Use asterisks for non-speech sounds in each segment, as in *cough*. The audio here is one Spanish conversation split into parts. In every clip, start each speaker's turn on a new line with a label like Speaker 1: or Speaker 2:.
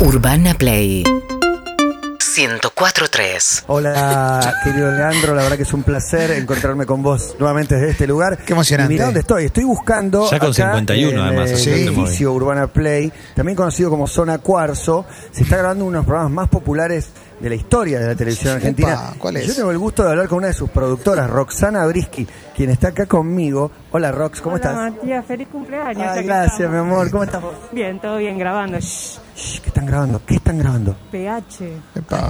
Speaker 1: Urbana Play 104.3
Speaker 2: Hola, querido Leandro, la verdad que es un placer encontrarme con vos nuevamente desde este lugar.
Speaker 3: Qué emocionante.
Speaker 2: Y mirá dónde estoy, estoy buscando.
Speaker 4: Ya con
Speaker 2: acá
Speaker 4: 51
Speaker 2: en
Speaker 4: además,
Speaker 2: El
Speaker 4: así
Speaker 3: que te
Speaker 2: edificio Urbana Play, también conocido como Zona Cuarzo, se está grabando uno de los programas más populares de la historia de la televisión
Speaker 3: Upa,
Speaker 2: argentina.
Speaker 3: ¿cuál es?
Speaker 2: Yo tengo el gusto de hablar con una de sus productoras, Roxana Brisky, quien está acá conmigo. Hola, Rox, ¿cómo
Speaker 5: Hola,
Speaker 2: estás?
Speaker 5: Matías, feliz cumpleaños.
Speaker 2: Ay,
Speaker 5: ya que
Speaker 2: gracias, mi
Speaker 5: estamos.
Speaker 2: amor. ¿Cómo estás vos?
Speaker 5: Bien, todo bien, grabando. Shh,
Speaker 2: Shh, ¿Qué están grabando? ¿Qué están grabando?
Speaker 5: PH.
Speaker 3: Epa.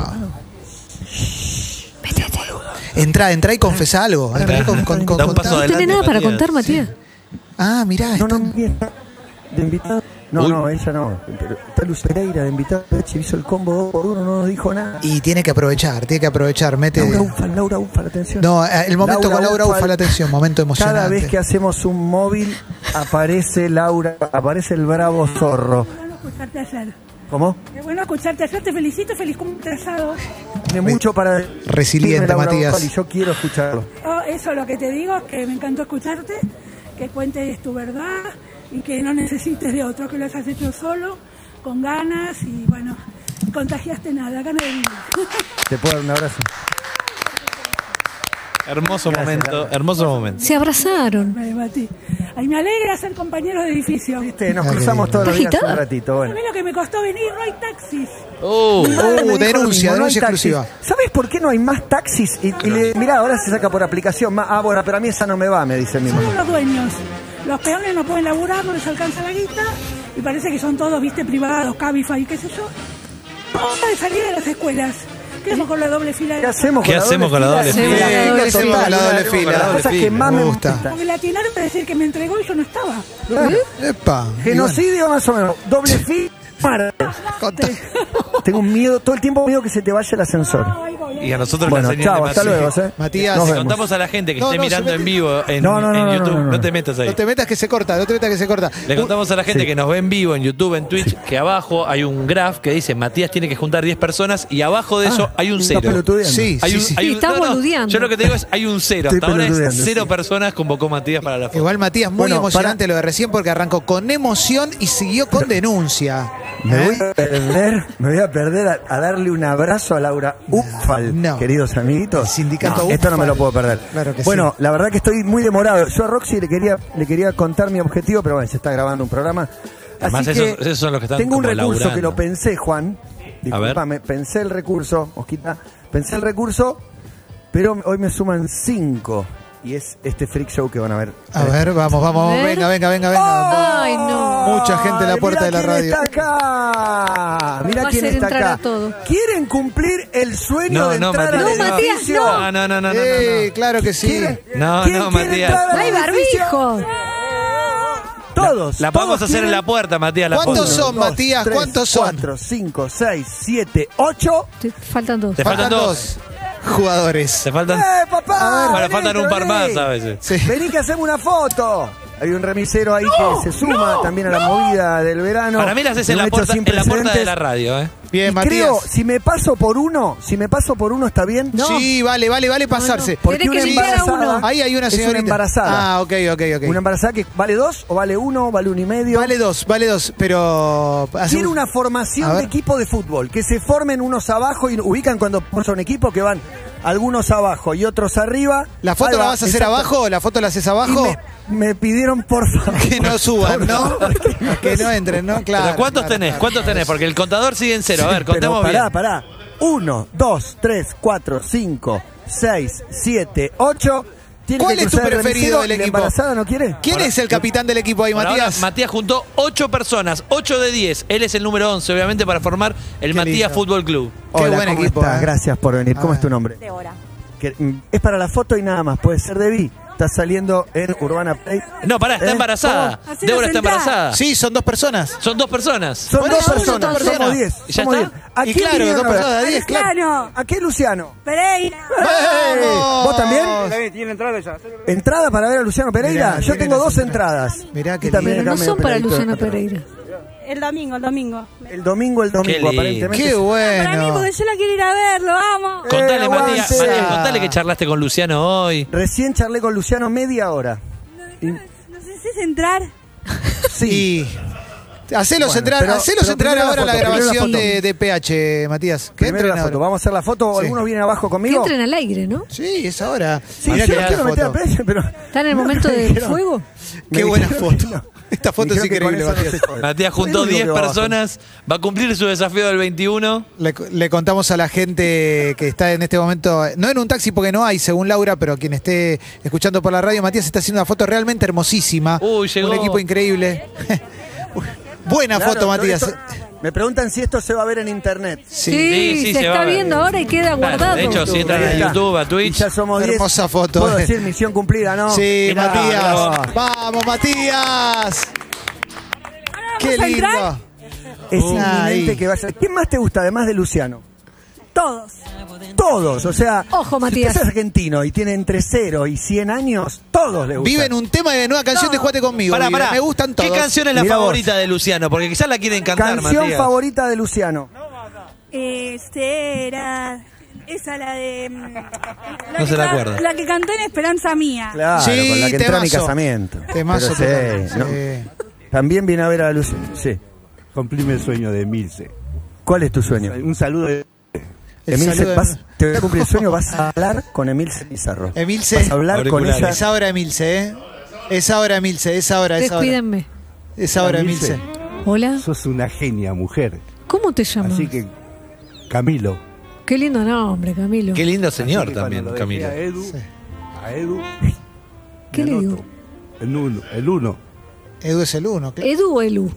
Speaker 3: Entra, entra y confesa algo. Entra y con- con- con-
Speaker 4: Da un paso
Speaker 3: contá.
Speaker 6: No
Speaker 4: adelante,
Speaker 6: tiene nada para
Speaker 4: Matías.
Speaker 6: contar, Matías.
Speaker 3: Ah, mirá.
Speaker 2: No, no,
Speaker 3: están-
Speaker 2: bien, está de invitado. No,
Speaker 4: Uy.
Speaker 2: no, ella no. Pero Está Luz Pereira de invitado. Pechi hizo el combo 2 por 1 no nos dijo nada.
Speaker 3: Y tiene que aprovechar, tiene que aprovechar. Mete.
Speaker 2: Laura Ufal, Laura Ufal, atención.
Speaker 3: Este- No, eh, el momento con Laura Ufal, atención, momento emocionante.
Speaker 2: Cada vez que hacemos un móvil, aparece Laura, aparece el bravo zorro.
Speaker 7: bueno escucharte ayer.
Speaker 2: ¿Cómo?
Speaker 7: Qué bueno escucharte ayer. Te felicito, feliz cumpleaños.
Speaker 2: Tiene mucho para.
Speaker 3: Resiliente,
Speaker 2: decirme Laura
Speaker 3: Matías.
Speaker 2: Ufal y yo quiero escucharlo.
Speaker 7: Oh, eso lo que te digo, que me encantó escucharte, que cuentes tu verdad y que no necesites de otro, que lo hayas hecho solo, con ganas y bueno, contagiaste nada, ganas de vivir.
Speaker 2: Te puedo dar un abrazo.
Speaker 4: Hermoso momento, hermoso momento.
Speaker 6: Se
Speaker 7: *laughs*
Speaker 6: abrazaron.
Speaker 7: Me debatí. Ay, me alegra ser compañeros de edificio.
Speaker 2: Viste, nos
Speaker 3: Ay,
Speaker 2: cruzamos todos los días
Speaker 6: ¿Agitada?
Speaker 2: un ratito. Bueno.
Speaker 7: A mí lo que me costó venir, no hay taxis.
Speaker 4: Oh,
Speaker 2: Mi madre me dijo
Speaker 3: denuncia,
Speaker 2: lo mismo, no hay taxis.
Speaker 3: denuncia exclusiva.
Speaker 2: ¿Sabes por qué no hay más taxis? Y, y le- mirá, ahora se saca por aplicación. ma- Ah, bueno, pero a mí esa no me va, me dice mi
Speaker 7: Solo
Speaker 2: mamá.
Speaker 7: los dueños. Los peones no pueden laburar, no les alcanza la guita y parece que son todos, viste, privados, Cabify, qué sé yo. Cosa de salir de las escuelas. ¿Qué hacemos con la doble fila? de
Speaker 2: ¿Qué hacemos
Speaker 4: ¿Qué
Speaker 2: con la
Speaker 4: hacemos con la doble
Speaker 6: fila?
Speaker 2: Doble
Speaker 6: Sí,
Speaker 2: fila
Speaker 6: ¿qué
Speaker 2: total,
Speaker 6: hacemos
Speaker 3: con la
Speaker 2: una de
Speaker 3: doble
Speaker 2: las
Speaker 3: fila?
Speaker 2: cosas
Speaker 4: Doble
Speaker 2: que
Speaker 4: fila.
Speaker 2: más
Speaker 3: Me
Speaker 2: me
Speaker 3: gusta.
Speaker 2: gusta.
Speaker 7: Porque latinaron para decir que me entregó y yo no estaba.
Speaker 3: Epa.
Speaker 2: Genocidio más o menos. Doble fila. mar.
Speaker 3: Y bueno, contá.
Speaker 2: Tengo un miedo, todo el tiempo miedo que se te vaya el ascensor.
Speaker 8: eh.
Speaker 4: y a nosotros
Speaker 2: Bueno,
Speaker 4: la señal
Speaker 2: chao,
Speaker 4: de
Speaker 2: hasta
Speaker 4: Maxi.
Speaker 2: luego. ¿eh?
Speaker 3: Matías,
Speaker 2: Nos
Speaker 4: Si
Speaker 2: vemos.
Speaker 4: contamos a la gente que
Speaker 3: No,
Speaker 4: esté
Speaker 3: no,
Speaker 4: mirando
Speaker 3: se
Speaker 4: en
Speaker 3: mete-
Speaker 4: vivo en,
Speaker 2: No, no, no,
Speaker 4: en
Speaker 2: no, no,
Speaker 4: YouTube, no,
Speaker 2: no, no.
Speaker 4: te metas ahí.
Speaker 3: No te metas que se corta, no te metas que se corta.
Speaker 4: Le contamos a la gente que nos ve en vivo en YouTube, en Twitch, que abajo hay un graph que dice Matías tiene que juntar 10 personas y abajo de eso
Speaker 2: Ah,
Speaker 4: hay un
Speaker 2: está
Speaker 4: cero.
Speaker 2: pelotudeando.
Speaker 3: Sí,
Speaker 4: Hay
Speaker 3: sí,
Speaker 4: un,
Speaker 3: sí.
Speaker 4: hay
Speaker 6: Sí,
Speaker 4: un-
Speaker 6: está
Speaker 4: no, no,
Speaker 6: boludeando.
Speaker 4: Yo lo que te digo es, hay un cero.
Speaker 2: Estoy
Speaker 4: Hasta ahora es
Speaker 2: pelotudeando,
Speaker 4: cero
Speaker 2: sí.
Speaker 4: personas convocó Matías para la foto.
Speaker 3: Igual Matías, muy
Speaker 2: Bueno,
Speaker 3: emocionante
Speaker 2: pará.
Speaker 3: lo de recién porque arrancó con emoción y siguió con denuncia.
Speaker 2: Me
Speaker 3: ¿Eh?
Speaker 2: voy a perder, me voy a perder a, a darle un abrazo a Laura Ufal,
Speaker 3: no.
Speaker 2: queridos amiguitos.
Speaker 3: El sindicato
Speaker 2: No, Esto no me
Speaker 3: Ufal.
Speaker 2: lo puedo perder.
Speaker 3: Claro que
Speaker 2: bueno, la verdad que estoy muy demorado. Yo a Roxy le quería, le quería contar mi objetivo, pero bueno, se está grabando un programa. Así
Speaker 4: Además,
Speaker 2: que
Speaker 4: esos- esos son los que están
Speaker 2: Tengo un
Speaker 4: como
Speaker 2: recurso
Speaker 4: laburando.
Speaker 2: que lo pensé, Juan.
Speaker 4: A ver.
Speaker 2: Disculpame, pensé el recurso, Mosquita. Pensé el recurso, pero hoy me suman cinco. Y es este freak show que van a ver.
Speaker 3: A ver, vamos, vamos,
Speaker 6: A ver.
Speaker 3: venga, venga, venga, venga.
Speaker 6: Ay, no.
Speaker 3: Mucha gente en la
Speaker 2: ¿Eh? Ay,
Speaker 3: puerta
Speaker 2: mirá
Speaker 3: de la radio.
Speaker 2: quién está acá! Mirá
Speaker 6: Va a
Speaker 2: quién
Speaker 6: hacer
Speaker 2: está
Speaker 6: entrar
Speaker 2: acá.
Speaker 6: a todo.
Speaker 2: ¿Quieren cumplir el sueño
Speaker 4: No,
Speaker 2: de
Speaker 4: no,
Speaker 2: entrar
Speaker 4: Matías. Ah,
Speaker 2: al
Speaker 6: No, Matías,
Speaker 2: edificio?
Speaker 4: No, no, no, no, no, no.
Speaker 3: Eh, claro que sí.
Speaker 2: ¿Quieren-
Speaker 4: No,
Speaker 2: ¿Quién
Speaker 4: no,
Speaker 2: quiere
Speaker 4: Matías.
Speaker 2: entrar al
Speaker 6: No hay
Speaker 2: edificio?
Speaker 6: barbijo.
Speaker 2: Todos.
Speaker 4: La podemos
Speaker 2: todos
Speaker 4: hacer en
Speaker 2: quieren-
Speaker 4: la puerta, Matías. La
Speaker 3: ¿Cuántos
Speaker 4: foto.
Speaker 3: son? Matías,
Speaker 2: tres,
Speaker 3: ¿cuántos son?
Speaker 2: Cuatro, cinco, seis, siete, ocho.
Speaker 6: Te faltan dos.
Speaker 4: Te faltan dos.
Speaker 3: jugadores.
Speaker 4: Te faltan.
Speaker 2: ¡Eh, papá!
Speaker 4: Ahora
Speaker 2: Vení,
Speaker 4: faltan un par
Speaker 2: vení.
Speaker 4: más a veces.
Speaker 3: Sí.
Speaker 2: Vení que hacemos una foto. Hay un remisero ahí que se suma también a la movida del verano.
Speaker 4: Para mí las haces
Speaker 2: De
Speaker 4: en
Speaker 2: un
Speaker 4: la,
Speaker 2: hecho
Speaker 4: puerta,
Speaker 2: sin
Speaker 4: en la puerta de
Speaker 2: precedentes.
Speaker 4: la radio, ¿eh?
Speaker 3: Bien,
Speaker 2: Y
Speaker 3: Matías.
Speaker 2: creo, si me paso por uno, si me paso por uno, ¿está bien?
Speaker 3: Sí, vale, vale, vale pasarse.
Speaker 6: no.
Speaker 2: Porque
Speaker 6: Tenés
Speaker 2: una
Speaker 6: que limpiar a
Speaker 2: embarazada
Speaker 6: uno.
Speaker 3: Ahí hay una
Speaker 2: es una
Speaker 3: señora
Speaker 2: embarazada.
Speaker 3: Ah, ok, ok, ok.
Speaker 2: Una embarazada que vale dos o vale uno, vale uno y medio.
Speaker 3: Vale dos, vale dos, pero... hace
Speaker 2: Tiene
Speaker 3: un-
Speaker 2: una
Speaker 3: A
Speaker 2: formación de
Speaker 3: ver.
Speaker 2: equipo de fútbol, que se formen unos abajo y ubican cuando son equipo que van algunos abajo y otros arriba.
Speaker 3: ¿La foto
Speaker 2: Ahí
Speaker 3: la
Speaker 2: va,
Speaker 3: vas a hacer
Speaker 2: exacto.
Speaker 3: abajo? ¿La foto la haces
Speaker 2: Y
Speaker 3: abajo?
Speaker 2: Me, me pidieron por
Speaker 3: *laughs*
Speaker 2: favor.
Speaker 3: Que no suban, ¿no? que no entren, ¿no? Claro.
Speaker 4: Pero ¿cuántos
Speaker 3: claro,
Speaker 4: tenés?
Speaker 3: claro.
Speaker 4: ¿Cuántos tenés? Porque el contador sigue en cero. A ver, contemos
Speaker 2: Pero pará,
Speaker 4: bien.
Speaker 2: pará. Uno, dos, tres, cuatro, cinco, seis, siete, ocho. Tiene
Speaker 3: ¿Cuál
Speaker 2: que
Speaker 3: es tu
Speaker 2: cruzar el
Speaker 3: preferido
Speaker 2: remisero
Speaker 3: del
Speaker 2: y la
Speaker 3: equipo?
Speaker 2: embarazada no quiere?
Speaker 3: ¿Quién
Speaker 4: Ahora-
Speaker 3: es el capitán del equipo ahí,
Speaker 4: Por ahora,
Speaker 3: Matías?
Speaker 4: Matías juntó ocho personas, ocho de 10. Él es el número 11, obviamente, para formar el Matías
Speaker 3: lindo.
Speaker 4: Fútbol Club.
Speaker 3: Qué
Speaker 2: Hola,
Speaker 3: buen
Speaker 2: ¿cómo
Speaker 3: equipo.
Speaker 2: estás?
Speaker 3: ¿eh?
Speaker 2: Gracias por venir.
Speaker 3: A
Speaker 2: ¿Cómo
Speaker 3: ver.
Speaker 2: es tu nombre?
Speaker 8: Deora.
Speaker 2: Que, mm, es para la foto y nada más. Puede ser Debbie. Está saliendo en Urbana Play.
Speaker 4: No, pará, está
Speaker 2: ¿Eh?
Speaker 4: embarazada.
Speaker 7: ¿Cómo? Hacenos
Speaker 4: Débora está
Speaker 7: entrar.
Speaker 4: embarazada.
Speaker 3: Sí, son dos personas.
Speaker 4: Son dos personas.
Speaker 2: Son
Speaker 3: Por
Speaker 2: dos
Speaker 3: eso,
Speaker 2: personas.
Speaker 3: entonces,
Speaker 2: Somos
Speaker 3: ¿no?
Speaker 2: diez.
Speaker 4: ¿Ya
Speaker 2: Somos
Speaker 4: está?
Speaker 2: diez. ¿A
Speaker 3: Y
Speaker 2: quién
Speaker 3: claro,
Speaker 2: vinieron
Speaker 3: dos
Speaker 2: a ver?
Speaker 3: personas de diez, claro.
Speaker 8: Claro.
Speaker 2: ¿A qué Luciano?
Speaker 8: Pereira.
Speaker 3: ¡Vamos!
Speaker 2: ¿Vos también?
Speaker 9: tiene entrada ya.
Speaker 2: ¿Entrada para ver a Luciano Pereira?
Speaker 3: Mirá,
Speaker 2: Yo
Speaker 3: mirá
Speaker 2: tengo
Speaker 3: las
Speaker 2: dos
Speaker 3: entradas.
Speaker 2: entradas.
Speaker 3: Mirá qué
Speaker 2: Y también acá
Speaker 6: Pero no
Speaker 2: medio
Speaker 6: son para
Speaker 2: peladito.
Speaker 6: Luciano Pereira.
Speaker 8: El domingo, el domingo.
Speaker 2: El domingo, el
Speaker 4: Qué
Speaker 2: domingo,
Speaker 4: lindo.
Speaker 2: aparentemente.
Speaker 3: Qué
Speaker 8: Para mí,
Speaker 3: bueno.
Speaker 8: porque yo la quiero ir a ver, lo amo.
Speaker 4: Contale,
Speaker 2: Eh,
Speaker 4: Matías,
Speaker 2: aguante.
Speaker 4: Matías, contale que charlaste con Luciano hoy.
Speaker 2: Recién charlé con
Speaker 3: *laughs*
Speaker 2: Luciano media hora.
Speaker 8: No sé si es entrar.
Speaker 2: Sí.
Speaker 3: Y Hacelos
Speaker 10: Bueno,
Speaker 3: entrar,
Speaker 10: pero-
Speaker 3: hacelos
Speaker 10: pero
Speaker 3: entrar
Speaker 10: primero la
Speaker 3: ahora a la
Speaker 10: foto, primero la
Speaker 3: grabación
Speaker 10: foto.
Speaker 3: de, de PH, Matías. Que
Speaker 10: Primero
Speaker 3: entren
Speaker 10: la foto.
Speaker 3: ahora.
Speaker 10: Vamos a hacer la foto.
Speaker 3: Sí.
Speaker 10: ¿Algunos vienen abajo
Speaker 6: Que
Speaker 10: conmigo?
Speaker 6: entren al aire, ¿no?
Speaker 3: Sí, es ahora.
Speaker 10: Sí,
Speaker 3: Mirá qué
Speaker 10: yo los
Speaker 3: gran
Speaker 10: quiero meter a
Speaker 3: foto.
Speaker 10: preso, pero...
Speaker 6: ¿Está en
Speaker 2: *laughs*
Speaker 6: el momento
Speaker 10: *laughs*
Speaker 6: del fuego?
Speaker 3: Qué buena foto. Esta foto es increíble, Matías.
Speaker 4: Matías juntó 10 personas, va a cumplir su desafío del 21.
Speaker 3: Le, le contamos a la gente que está en este momento, no en un taxi porque no hay, según Laura, pero quien esté escuchando por la radio, Matías está haciendo una foto realmente hermosísima.
Speaker 4: Uy, llegó.
Speaker 3: Un equipo
Speaker 10: *laughs*
Speaker 3: increíble. Buena foto, Matías. eh.
Speaker 10: me preguntan si esto se va a ver en internet.
Speaker 6: Sí,
Speaker 4: sí,
Speaker 6: se,
Speaker 4: se va
Speaker 6: está
Speaker 4: a ver.
Speaker 6: viendo ahora y queda
Speaker 4: Claro, de
Speaker 6: guardado.
Speaker 4: hecho, sí, está- Entran a
Speaker 10: Ahí está.
Speaker 4: YouTube, a Twitch.
Speaker 10: Y ya somos 10.
Speaker 3: Hermosa foto. eh.
Speaker 10: Puedo decir misión cumplida, ¿no?
Speaker 3: Sí,
Speaker 4: Mirá,
Speaker 3: Matías.
Speaker 4: bravo.
Speaker 3: Vamos, Matías. Qué
Speaker 8: vamos a entrar.
Speaker 3: lindo.
Speaker 10: Es
Speaker 3: Uh.
Speaker 10: inminente
Speaker 3: Ahí.
Speaker 10: que vaya. ¿Quién más te gusta además de Luciano?
Speaker 8: Todos.
Speaker 10: Todos, o sea,
Speaker 6: Ojo, Matías.
Speaker 10: si usted es argentino y tiene entre 0 y 100 años, todos le gustan.
Speaker 3: Viven un tema de nueva canción de Juate conmigo.
Speaker 4: Pará,
Speaker 3: viven.
Speaker 4: pará.
Speaker 3: Me gustan todos.
Speaker 4: ¿Qué canción es la
Speaker 10: Mirá vos.
Speaker 4: favorita de Luciano? Porque quizás la quieren cantar,
Speaker 10: Canción
Speaker 4: Matías.
Speaker 10: favorita de Luciano.
Speaker 8: Este era. Esa la de. mm, La
Speaker 4: No
Speaker 8: que
Speaker 4: se la
Speaker 8: ca-
Speaker 4: acuerda.
Speaker 8: La que cantó en Esperanza Mía.
Speaker 10: Claro,
Speaker 3: Sí,
Speaker 10: con la que entró a mi
Speaker 3: temazo.
Speaker 10: casamiento.
Speaker 3: Temazo,
Speaker 10: Pero sí,
Speaker 3: temazo.
Speaker 10: ¿no?
Speaker 3: Sí.
Speaker 10: También viene a ver a Luciano. Sí.
Speaker 2: Cumplime el sueño de Emilce.
Speaker 10: ¿Cuál es tu sueño?
Speaker 2: Un saludo de...
Speaker 3: El
Speaker 10: Emilce,
Speaker 3: saludo de-
Speaker 10: vas- te voy a cumplir el sueño, vas a hablar con Emilce Pizarro.
Speaker 3: Emilce.
Speaker 10: Vas a hablar con
Speaker 4: Auriculares.
Speaker 10: ella.
Speaker 3: Es ahora, Emilce, ¿eh? Es ahora, Emilce. Es ahora, es ahora.
Speaker 6: Descuídenme.
Speaker 3: Es ahora, Emilce.
Speaker 6: Hola.
Speaker 2: Sos una genia, mujer.
Speaker 6: ¿Cómo te llamas?
Speaker 2: Así que, Camilo.
Speaker 6: Qué lindo nombre, Camilo.
Speaker 4: Qué lindo señor
Speaker 2: Así que
Speaker 4: también,
Speaker 2: cuando lo dejé
Speaker 4: Camilo.
Speaker 2: A Edu, a Edu
Speaker 6: ¿Qué
Speaker 2: me
Speaker 6: le digo?
Speaker 2: anoto. El uno, el uno.
Speaker 3: Edu es el uno. claro.
Speaker 6: ¿Edu o Elu?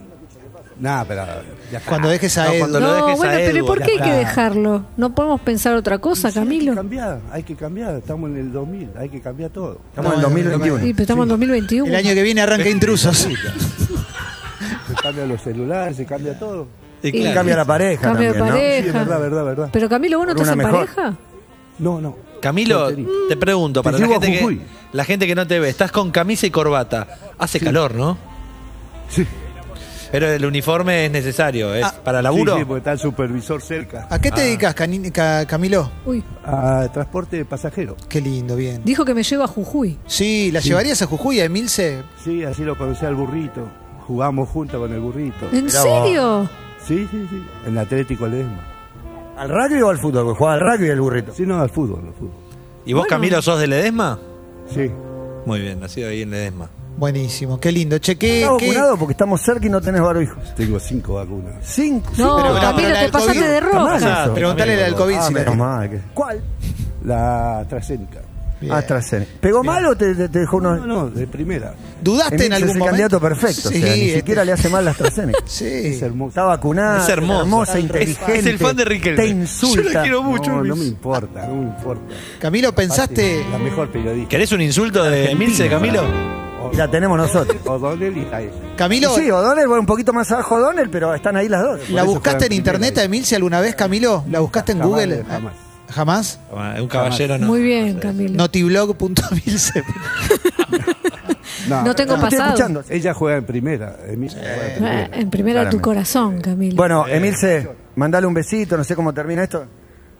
Speaker 2: Nah, pero ya está.
Speaker 3: Cuando dejes a
Speaker 4: No,
Speaker 3: Edu.
Speaker 4: cuando lo
Speaker 6: No,
Speaker 4: dejes
Speaker 6: bueno,
Speaker 4: a
Speaker 6: pero ¿y
Speaker 4: Edu,
Speaker 6: por qué hay que
Speaker 3: acá.
Speaker 6: dejarlo? ¿No podemos pensar otra cosa,
Speaker 2: Sí, Hay que
Speaker 6: Camilo?
Speaker 2: cambiar, hay que cambiar. Estamos en el 2000, hay que cambiar todo.
Speaker 10: Estamos
Speaker 3: No,
Speaker 10: en
Speaker 3: no,
Speaker 10: 2021.
Speaker 6: Sí, pero estamos en 2021.
Speaker 3: El año que viene arranca intrusos.
Speaker 2: Se cambian los celulares, se cambia todo.
Speaker 4: Y
Speaker 6: Y-
Speaker 4: claro.
Speaker 10: Cambia la pareja
Speaker 6: Cambio de
Speaker 10: también, ¿no?
Speaker 2: Sí, es
Speaker 6: pareja.
Speaker 2: verdad, verdad, verdad.
Speaker 6: Pero Camilo, ¿vos no
Speaker 10: Por
Speaker 6: estás en
Speaker 10: una mejor.
Speaker 6: pareja?
Speaker 2: No, no.
Speaker 4: Camilo, te pregunto, para
Speaker 2: Te
Speaker 4: la
Speaker 2: llevo a
Speaker 4: gente, que,
Speaker 2: Jujuy.
Speaker 4: la gente que no te ve, estás con camisa y corbata. Hace calor, ¿no?
Speaker 2: Sí.
Speaker 4: Pero el uniforme es necesario, es para
Speaker 2: Sí,
Speaker 4: laburo.
Speaker 2: pues. sí, porque está el supervisor cerca.
Speaker 10: Ah.
Speaker 3: ¿A qué
Speaker 4: Ah.
Speaker 3: te dedicas, Cani- Ca- Camilo?
Speaker 6: Uy,
Speaker 2: A transporte de pasajeros.
Speaker 3: Qué lindo, bien.
Speaker 6: dijo que me lleva a Jujuy.
Speaker 3: Sí, ¿la llevarías a Jujuy, a Emilce?
Speaker 2: Sí, así lo conocí al burrito. Jugamos juntos con el burrito.
Speaker 6: ¿En
Speaker 10: Mirá vos.
Speaker 6: serio?
Speaker 2: Sí, sí, sí. En Atlético Ledesma.
Speaker 10: ¿Al rugby o al fútbol? Porque juega al rugby el burrito.
Speaker 2: Sí, no, al fútbol, al fútbol.
Speaker 4: ¿Y vos, Camilo, sos de Ledesma?
Speaker 2: Sí.
Speaker 4: Muy bien, nacido ahí en Ledesma.
Speaker 3: Buenísimo, qué lindo. Che, qué,
Speaker 10: ¿Estás
Speaker 3: qué-
Speaker 10: vacunado? Porque estamos cerca y no tenés varo hijos.
Speaker 2: Tengo cinco vacunas.
Speaker 10: Cinco.
Speaker 6: No,
Speaker 3: pero-
Speaker 6: Camilo,
Speaker 3: pero la
Speaker 6: te
Speaker 3: del
Speaker 6: pasaste
Speaker 3: COVID
Speaker 6: de
Speaker 10: Está mal
Speaker 6: roja.
Speaker 10: eso.
Speaker 3: Preguntale la del COVID
Speaker 10: Ah,
Speaker 3: si la
Speaker 10: menos
Speaker 3: tiene.
Speaker 10: mal. que- ¿Cuál?
Speaker 2: La AstraZeneca.
Speaker 3: Bien.
Speaker 10: AstraZeneca. ¿Pegó mal o te, te- te dejó uno?
Speaker 2: No, no, de primera.
Speaker 3: ¿Dudaste
Speaker 10: Emilce
Speaker 3: en algún
Speaker 10: es el
Speaker 3: momento?
Speaker 10: candidato perfecto. o
Speaker 3: Sí,
Speaker 10: sea, ni
Speaker 3: este-
Speaker 10: siquiera le hace mal la
Speaker 3: *laughs*
Speaker 10: AstraZeneca.
Speaker 3: Sí.
Speaker 2: Es hermosa.
Speaker 10: Está vacunada,
Speaker 4: Es hermoso.
Speaker 10: hermosa,
Speaker 4: Es-
Speaker 10: inteligente.
Speaker 4: es el fan de Riquelme.
Speaker 10: Te
Speaker 4: Yo la
Speaker 10: insulta.
Speaker 4: quiero mucho.
Speaker 2: No, no me importa, no me importa.
Speaker 3: Camilo, ¿pensaste?
Speaker 2: La mejor periodista.
Speaker 4: ¿Querés un insulto de Emilce, Camilo?
Speaker 10: Y la tenemos nosotros.
Speaker 2: O Donel y está ella.
Speaker 10: Y
Speaker 3: Camilo,
Speaker 10: sí, O'Donnell, bueno, un poquito más abajo O'Donnell, pero están ahí las dos.
Speaker 3: ¿la
Speaker 2: eso fue
Speaker 3: buscaste en
Speaker 2: la primera
Speaker 3: internet
Speaker 2: vez.
Speaker 3: a Emilce alguna vez, Camilo? ¿La buscaste en
Speaker 2: Jamás,
Speaker 3: Google?
Speaker 2: jamás.
Speaker 3: ¿Jamás?
Speaker 4: Ah, Un caballero no.
Speaker 6: Muy bien, Camilo.
Speaker 3: Notiblog.emilce.
Speaker 2: No,
Speaker 6: No tengo
Speaker 10: Te estoy
Speaker 6: pasado.
Speaker 10: escuchando. Eh,
Speaker 2: Ella juega en primera. Emilce juega en
Speaker 6: Eh,
Speaker 2: primera.
Speaker 6: En primera tu
Speaker 10: Claramente.
Speaker 6: corazón, Camilo.
Speaker 10: Bueno, Emilce, mandale un besito, no sé cómo termina esto.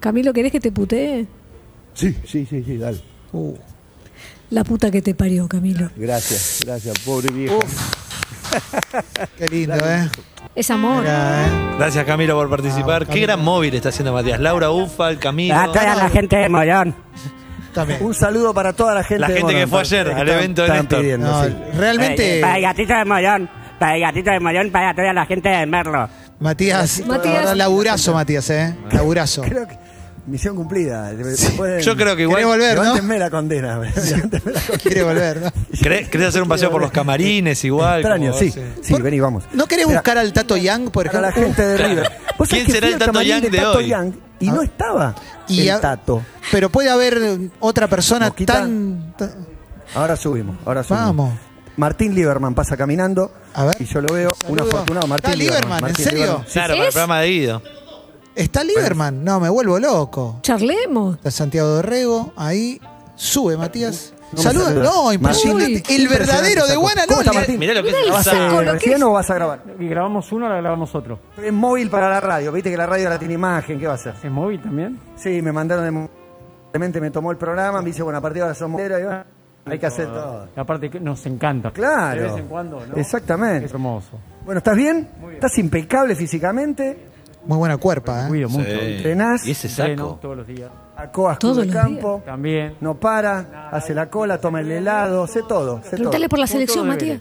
Speaker 6: Camilo, ¿querés que te putee?
Speaker 2: Sí, sí, sí, sí, dale.
Speaker 3: Uh,
Speaker 6: La puta que te parió, Camilo.
Speaker 2: Gracias, gracias, pobre vieja.
Speaker 3: *laughs* qué lindo, ¿eh?
Speaker 6: Es amor.
Speaker 3: Mirá, ¿eh?
Speaker 4: Gracias, Camilo, por participar. Qué gran móvil está haciendo Matías. Laura Ufa, Camilo.
Speaker 11: Ah,
Speaker 12: A toda la gente de Morón.
Speaker 3: También.
Speaker 10: Un saludo para toda la gente.
Speaker 4: La
Speaker 10: de
Speaker 4: gente que
Speaker 10: Morón,
Speaker 4: fue ayer
Speaker 10: que
Speaker 4: al
Speaker 10: están-
Speaker 4: evento de
Speaker 10: están
Speaker 4: Néstor.
Speaker 10: pidiendo,
Speaker 3: No,
Speaker 10: sí.
Speaker 3: realmente,
Speaker 12: Eh, Para el gatito de Morón. Para el gatito de Morón, para toda la gente de Merlo.
Speaker 3: Matías,
Speaker 6: Matías.
Speaker 3: la verdad, laburazo, Matías, ¿eh? Laburazo.
Speaker 10: Creo que misión cumplida. Pueden-
Speaker 4: Yo creo que
Speaker 3: Querés
Speaker 4: igual.
Speaker 3: volver, ¿no?
Speaker 10: Levántenme la condena. levántenme la condena.
Speaker 3: *laughs* Quiere volver, ¿no?
Speaker 4: ¿Querés, querés hacer un paseo por los camarines igual?
Speaker 10: Extraño,
Speaker 4: como
Speaker 10: sí.
Speaker 4: vos, eh?
Speaker 10: Sí, vení, vamos.
Speaker 3: ¿No querés
Speaker 10: Mirá,
Speaker 3: buscar al Tato Yang, por
Speaker 10: Para
Speaker 3: ejemplo?
Speaker 10: la gente de
Speaker 4: Claro.
Speaker 10: River. ¿Vos sabés
Speaker 4: ¿Quién
Speaker 10: que
Speaker 4: será
Speaker 10: fui
Speaker 4: el
Speaker 10: al
Speaker 4: Tato
Speaker 10: camarín
Speaker 4: Yang de
Speaker 10: Tato
Speaker 4: hoy?
Speaker 10: Yang y no estaba
Speaker 3: Ah. Y
Speaker 10: el
Speaker 3: a-
Speaker 10: Tato.
Speaker 3: Pero puede haber otra persona
Speaker 10: Mosquita.
Speaker 3: tan, tan-
Speaker 10: Ahora subimos, ahora subimos.
Speaker 3: Vamos.
Speaker 10: Martín Lieberman pasa caminando
Speaker 3: A ver.
Speaker 10: y yo lo veo un
Speaker 3: Saludo.
Speaker 10: afortunado Martín
Speaker 3: ¿Está Lieberman, en
Speaker 10: Martín
Speaker 3: serio?
Speaker 4: Claro, para el programa de Guido.
Speaker 3: Está Lieberman. No, me vuelvo loco.
Speaker 6: Charlemos.
Speaker 3: Está Santiago Dorrego. Ahí. Sube, Matías.
Speaker 10: No me
Speaker 3: Saluda.
Speaker 10: saluda.
Speaker 3: No, impresionante.
Speaker 10: Martín.
Speaker 3: el verdero de
Speaker 10: Impresionante,
Speaker 3: Guana
Speaker 10: ¿Cómo está, Martín?
Speaker 4: Mirá lo que
Speaker 6: Mirá el
Speaker 4: es.
Speaker 6: saco.
Speaker 10: ¿Vas a-
Speaker 6: Con lo que
Speaker 10: ¿Recién
Speaker 6: es-
Speaker 10: o vas a grabar?
Speaker 5: ¿Y grabamos uno o la grabamos otro?
Speaker 10: Es móvil para la radio, viste que la radio ahora tiene imagen, ¿qué va a hacer?
Speaker 5: ¿Es móvil también?
Speaker 10: Sí, me mandaron de... mo- Clemente me tomó el programa, me dice, bueno, a partir de ahora somos... Hay que hacer todo.
Speaker 5: Y aparte que nos encanta.
Speaker 10: Claro.
Speaker 5: De vez en cuando, ¿no?
Speaker 10: Exactamente.
Speaker 5: Es hermoso.
Speaker 10: Bueno, ¿estás bien? ¿Estás impecable físicamente?
Speaker 3: Muy buena cuerpa, ¿eh?
Speaker 5: Cuido mucho.
Speaker 10: Entrenás,
Speaker 4: Y ese
Speaker 5: Entreno
Speaker 4: saco.
Speaker 5: todos los días.
Speaker 10: acoas
Speaker 6: Todos
Speaker 10: todo el
Speaker 6: los
Speaker 10: campo,
Speaker 5: También.
Speaker 10: no para, hace la cola, toma el helado, sé todo, sé todo.
Speaker 6: Preguntale por la
Speaker 5: Punto
Speaker 6: selección,
Speaker 5: de
Speaker 6: Matías.